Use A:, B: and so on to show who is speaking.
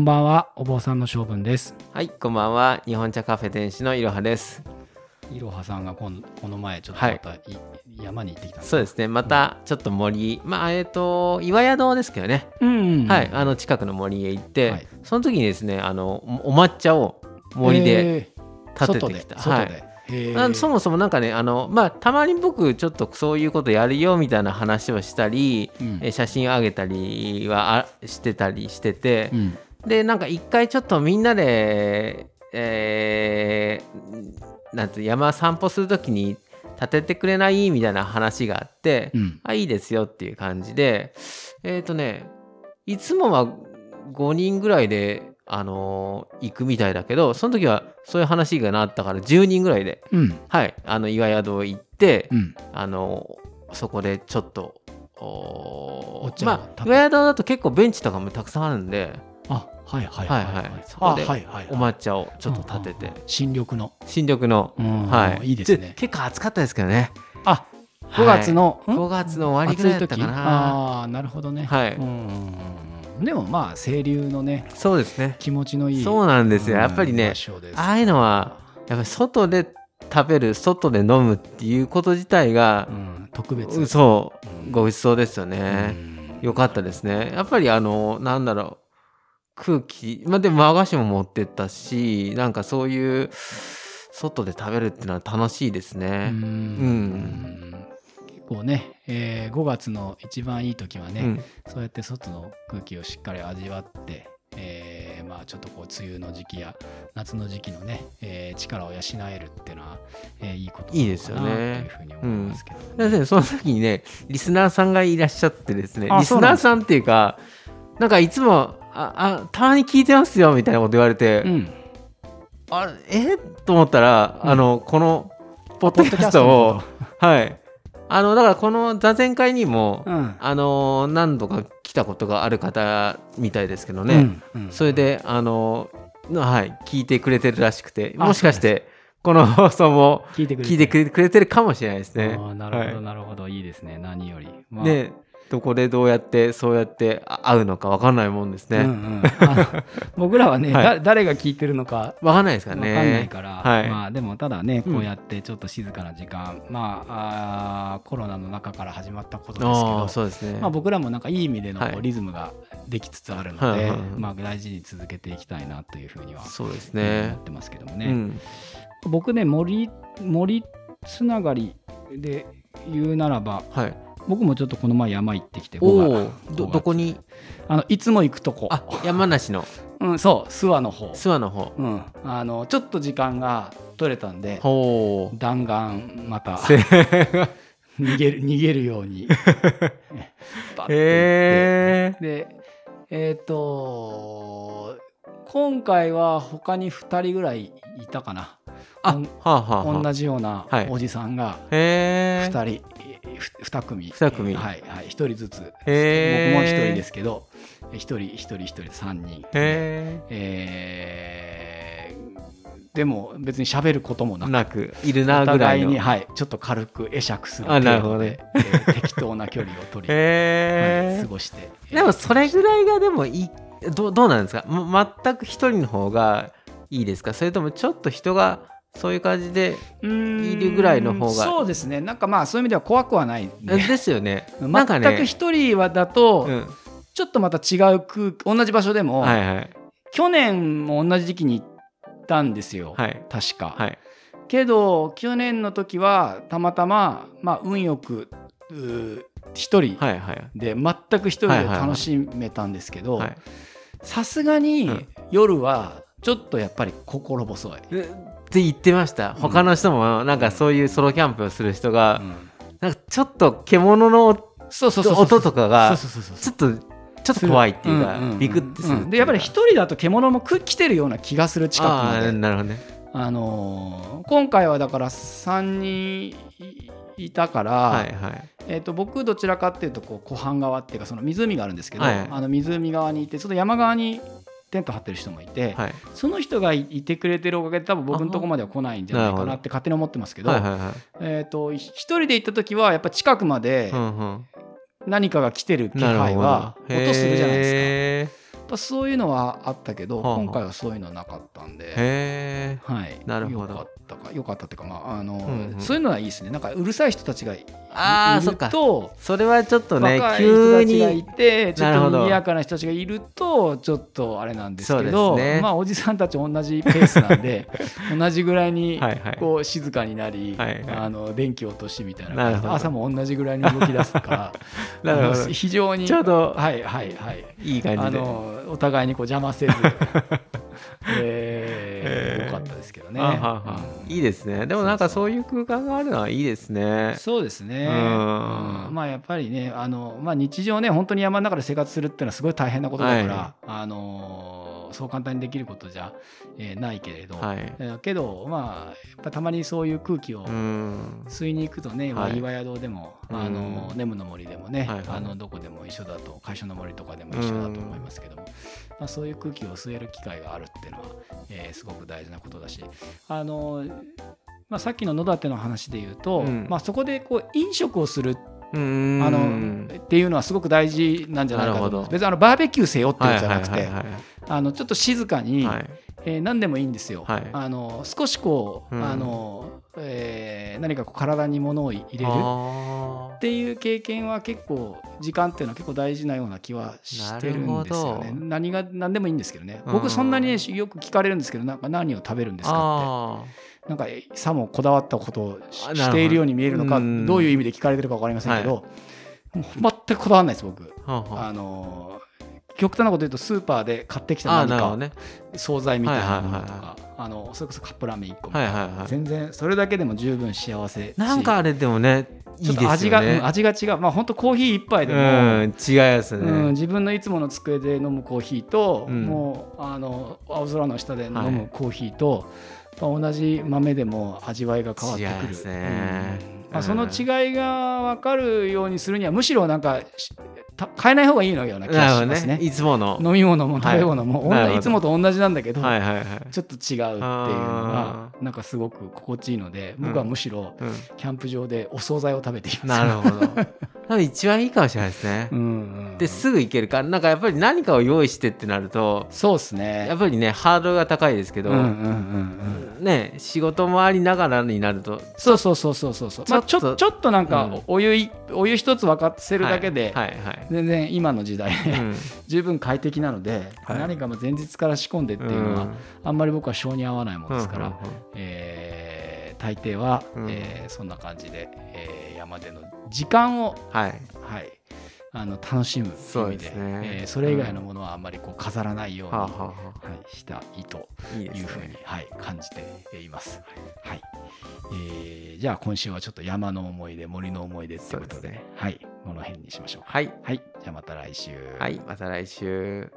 A: ばんは、お坊さんの性分です。
B: はい、こんばんは。日本茶カフェ店主のいろはです。
A: いろはさんがこんこの前ちょっと
B: はい
A: またい、山に行ってきたんです
B: そうですね。またちょっと森、まあえっ、と岩屋堂ですけどね。
A: うんうん、
B: はい、あの近くの森へ行って、
A: はい
B: その時にですね、あのおお抹茶を森で
A: へー
B: 立ててきた。
A: 外で、
B: は
A: 外
B: い。
A: でへー
B: あのそもそもなんかねあの、まあ、たまに僕ちょっとそういうことやるよみたいな話をしたり、
A: うん
B: え写真あげたりはあしてたりしてて、
A: うん
B: でなんか一回ちょっとみんなで、えーなんて山散歩するときに立ててくれないみたいな話があって、
A: うん
B: あいいですよっていう感じでえっ、とねいつもは5人ぐらいで、あのー行くみたいだけどその時はそういう話がなったから10人ぐらいで、
A: うん
B: はい、あの岩宿行って、
A: うん
B: あのそこでちょっと。お
A: お
B: ー
A: 茶を
B: まあ
A: た
B: 岩宿だと結構ベンチとかもたくさんあるんで、
A: あはいはいはい
B: はいはいそ
A: あ
B: こ
A: はい
B: で
A: はいはい
B: お抹茶をちょっと立て
A: うん
B: て
A: うんうん新緑の、
B: 新緑の、
A: うん
B: はい
A: いいですね
B: 結構暑かったですけどね
A: あ
B: は
A: 5
B: い
A: 月の、ん
B: 5月の終わりぐらいだったか
A: 暑い時
B: な
A: あーなるほどね、
B: はい
A: うんうんうんでもまあ清流のね
B: そうですね
A: 気持ちのいい
B: そうなんですよ
A: うん
B: やっぱりね
A: 場所です
B: ああいうのはやっぱり外で食べる外で飲むっていうこと自体が
A: う、ん、特別
B: うんそう
A: うん
B: ごちそうですよ
A: う
B: ね、
A: ん
B: よかったですねやっぱりあのなんだろう空気まあでも和菓子も持ってったしなんかそういう外で食べるっていうのは楽しいですね、
A: うん結構ね、えー、5月の一番いい時はね、
B: うん
A: そうやって外の空気をしっかり味わって、えーまあ、ちょっとこう梅雨の時期や夏の時期のね、えー力を養えるっていうのは、えーいいことなのかなというふうに思いますけどね。
B: 先生その時にねリスナーさんがいらっしゃってですね
A: あ
B: リスナーさんっていうかなんかいつも「ああたまに聞いてますよ」みたいなこと言われて、
A: うん
B: あれえと思ったら、
A: うん
B: あのこのポッドキャストをはいあのだからこの座禅会にも、
A: うん
B: あの何度か来たことがある方みたいですけどね、
A: うんうん
B: それであのはい聞いてくれてるらしくて
A: あ
B: もしかしてこの放送も
A: 聞いてくれ
B: 聞いてくれくれてるかもしれないですね
A: あ。ーなるほ
B: は
A: ど
B: い
A: なるほど、い、いですね何より。まあ
B: ねどこでどうやってそうやってあ会うのか分かんないもんです
A: う
B: ね。わ
A: んうん、あの僕らはね、
B: はい
A: だ誰が聞いてるのか
B: 分かんないですから
A: わ
B: ね。
A: かんないから、
B: はい
A: まあでもただね
B: うん
A: こうやってちょっと静かな時間、まああーコロナの中から始まったことですけ
B: あ
A: ど
B: あそうですね。
A: まあ、僕らもなんかいい意味での
B: はい
A: こうリズムができつつあるの
B: はい
A: で、
B: はいはい
A: まあ、大事に続けていきたいなというふうには
B: そうです
A: 思
B: ね
A: っ。てますけども
B: う
A: ね、
B: ん、
A: 僕ね森森つながりで言うならば
B: はい。
A: 僕もちょっとこの前山行ってきて
B: お
A: 5
B: お
A: 月
B: ど
A: 5月
B: どこに
A: あのいつも行くとこ
B: あ山梨の
A: うん、そう諏訪の方、
B: 諏訪の方。
A: うん、あのちょっと時間が取れたんで
B: ほう。
A: 弾丸また
B: せ
A: 逃げる逃げるよう にバッて行って
B: へえ。
A: でえっ、と今回は他に2人ぐらいいたかな
B: あ
A: おん
B: はあはあはあ。
A: 同じような
B: はい
A: おじさんが
B: へ
A: 2
B: え。
A: 人、ふ2組
B: 二組
A: はいはい、1人ずつ僕も
B: へー
A: 1人ですけど1人1人1人3人
B: へ
A: えーでも別に喋ることも
B: え。
A: なく
B: なくいるな
A: お
B: ぐらい
A: 互い
B: の。
A: に、
B: へ
A: はい、ちょっと軽く会釈する
B: あ
A: 程
B: なるほ
A: 度
B: ど
A: で
B: ね、
A: えー適当な距離を 取り、はい
B: え
A: 過。ごして
B: でもそれぐらいがでもいいどうどうなんですか、ま、全く一人の方がいいですかそれともちょっと人がそういう感じで、
A: い
B: いるぐらいの方が
A: そうですねなんかまあそういう意味では怖くはないね、
B: ですよねなんか
A: 全く
B: ね、
A: 一人はだと、
B: うん、
A: ちょっとまた違う空同じ場所でも、
B: はいはい
A: 去年も同じ時期に行ったんですよ、
B: はい
A: 確か、
B: はい
A: けど去年の時はたまたま、まあ、運よくうー一人
B: はいはい
A: で、全く一人で楽しめたんですけど
B: はい
A: さすがに
B: うん
A: 夜はちょっとやっぱり心細い、
B: えって言ってました
A: ん
B: 他の人もなんかそういうソロキャンプをする人が、
A: うん
B: なんかちょっと獣の
A: そうそうそうそう
B: 音とか
A: そ
B: が
A: うそうそうそう
B: ちょっとちょっと怖いっていうか、
A: んんん
B: ビクってするっていうか
A: うんでやっぱり一人だと獣もく来てるような気がする近くま
B: あー
A: で
B: なるほどね
A: あ、のー今回はだから3人いいたから、
B: はいはい
A: えー、と僕どちらかっていうとこう湖畔側っていうかその湖があるんですけど、
B: はい
A: あの湖側にいてちょっと山側にテント張ってる人もいて、
B: はい
A: その人がいいてくれてるおかげで多分僕のとこまでは来ないんじゃないかなって勝手に思ってますけど、
B: はいはいはい
A: えー、と一人で行った時はやっぱ近くまで
B: うんうん
A: 何かが来てる気
B: なる
A: 配
B: ほど
A: は音するじゃないですか。
B: ですか
A: ぱそういうのはあったけど、
B: はあはあ
A: 今回はそういうのはなかったんで、
B: へえ
A: はい、
B: なるほ
A: よ
B: ど
A: かったかよかったっていうか、まああの
B: うんうん
A: そういうのはいいですねなんかうるさい人たちがいいる
B: あーそっか
A: と
B: それはちょっとね
A: 若い人
B: 急
A: たちがい
B: に
A: てちょっ
B: なるほ
A: と
B: ど
A: 賑やかな人たちがいるとちょっとあれなんですけ
B: そ
A: ど
B: うですね
A: まあ、おじさんたち同じペースなん で同じぐらいに
B: はいはい
A: こう静かになり、
B: はいはい
A: あの電気を落としてみたいな
B: な
A: 感じ
B: るほ
A: で
B: ど
A: 朝も同じぐらいに動き出すから
B: なるほど
A: あの非常に
B: ちょうど
A: はいはいはい
B: いい感
A: あ
B: じで
A: のお互いにこう邪魔せ ず、えー
B: えー
A: よかったですけどね。
B: あはは
A: うん
B: いいですねでもなんかそういう空間があるのはいいですね
A: そうですね、
B: う
A: うんんまあやっぱりねあの、まあ、日常ね本当に山の中で生活するっていうのはすごい大変なことだから、
B: は
A: あのそう簡単にできることじゃ、えーないけれど、
B: はい
A: えーけどまあやっぱたまにそういう空気を
B: うん
A: 吸いに行くとね、まあ
B: はい
A: 岩宿でも、あの
B: うん
A: ネムの森でもね、
B: はいはい
A: あのどこでも一緒だと会社の森とかでも一緒だと思いますけども、まあ、そういう空気を吸える機会があるっていうのは、えーすごく大事なことだしあの、まあ、さっきの野立の話で言うと、
B: うん
A: まあ、そこでこう飲食をする
B: うん
A: あのっていうのはすごく大事なんじゃないかと思い
B: なる
A: ま
B: ほど
A: す別にあのバーベキューせよっていうんじゃなく
B: はい
A: て
B: はいはい
A: あのちょっと静かに、
B: はいはい
A: えー何でもいいんですよ、
B: はい
A: あの少しこう、
B: うん
A: あのえー何かこう体に物を入れる
B: あ
A: っていう経験は結構時間っていうのは結構大事なような気はしてるんですよ
B: なる
A: ね
B: ほど
A: 何が何でもいいんですけどね
B: う
A: 僕
B: ん
A: そんなにね、よく聞かれるんですけどなんか何を食べるんで
B: ー
A: すか
B: あ
A: ってなんかえさもこだわったことをし
B: あなるほど
A: しているように見えるのか
B: うん
A: どういう意味で聞かれてるか分かりませんけど、もう全くこだわらないです僕。
B: ーはあはあ
A: あのー極端なこと言うとスーパーで買ってきた
B: あ
A: 何
B: ーなるほ
A: か
B: どね
A: 惣菜みたいなものと
B: はいはい
A: かあのそれこそカップラーメン1個みた
B: はい
A: い
B: は
A: ない
B: はい
A: 全然それだけでも十分幸せ
B: なんかあ
A: し
B: れでもねいい
A: ちょ
B: で
A: っ
B: すよね
A: と味がうん味が違うまあ本当コーヒー一杯でも
B: うん違いますね、
A: うん自分のいつもの机で飲むコーヒーと
B: うん
A: もうあの青空の下で飲むコーヒーとまあ同じ豆でも味わいが変わって
B: 違いま
A: く
B: す
A: る
B: ね
A: うんまあその
B: うん
A: 違いが分かるようにするにはむしろなんかした変えない方がいいのような気
B: なる
A: が
B: ほ
A: し
B: ど
A: ますね
B: ね。いつもの
A: 飲み物も食べ物も、
B: はいなる
A: 同じ
B: ほど
A: いつもと同じなんだけど、
B: はいはいはい、
A: ちょっと違うっていうのが
B: あ
A: なんかすごく心地いいので僕はむしろ
B: う
A: キャンプ場でお惣菜を食べています。
B: ん、なるほど 多分一番いいかもしれないですね、
A: うんうん
B: ですぐ行けるからなんかやっぱり何かを用意してってなると
A: そうですね。
B: やっぱりねハードルが高いですけど、
A: うんうんうんうん
B: ね仕事もありながらになると
A: そうそうそうそうそうそう。まあち
B: ち
A: ょっ
B: ょっ
A: と
B: と
A: ちょっとなんか
B: うん
A: お湯いお湯一つ沸かせ
B: そ
A: るだけで
B: はいはい
A: 全然今の時代
B: はい、うん
A: 十分快適なので
B: はい
A: 何かもう前日から仕込んでっていうのはあんまり僕は性に合わないも
B: うん
A: んですから。えー大抵は、
B: うん
A: えーそんな感じで、えー山での時間を、
B: はい
A: はい、あの楽しむっていう意味で
B: そうですね
A: えーそれ以外のものはあんまりこう飾らないように、
B: はあはあ
A: は、
B: はい
A: したいと
B: あいいで
A: いう
B: す
A: ふうに、
B: ね
A: はい、感じています。はいえーじゃあ今週はちょっと山の思い出森の思い出ってこと
B: そう
A: で
B: ですね
A: はい、この辺にしましょうか。
B: はい
A: はい、じゃあまた来週。
B: はいまた来週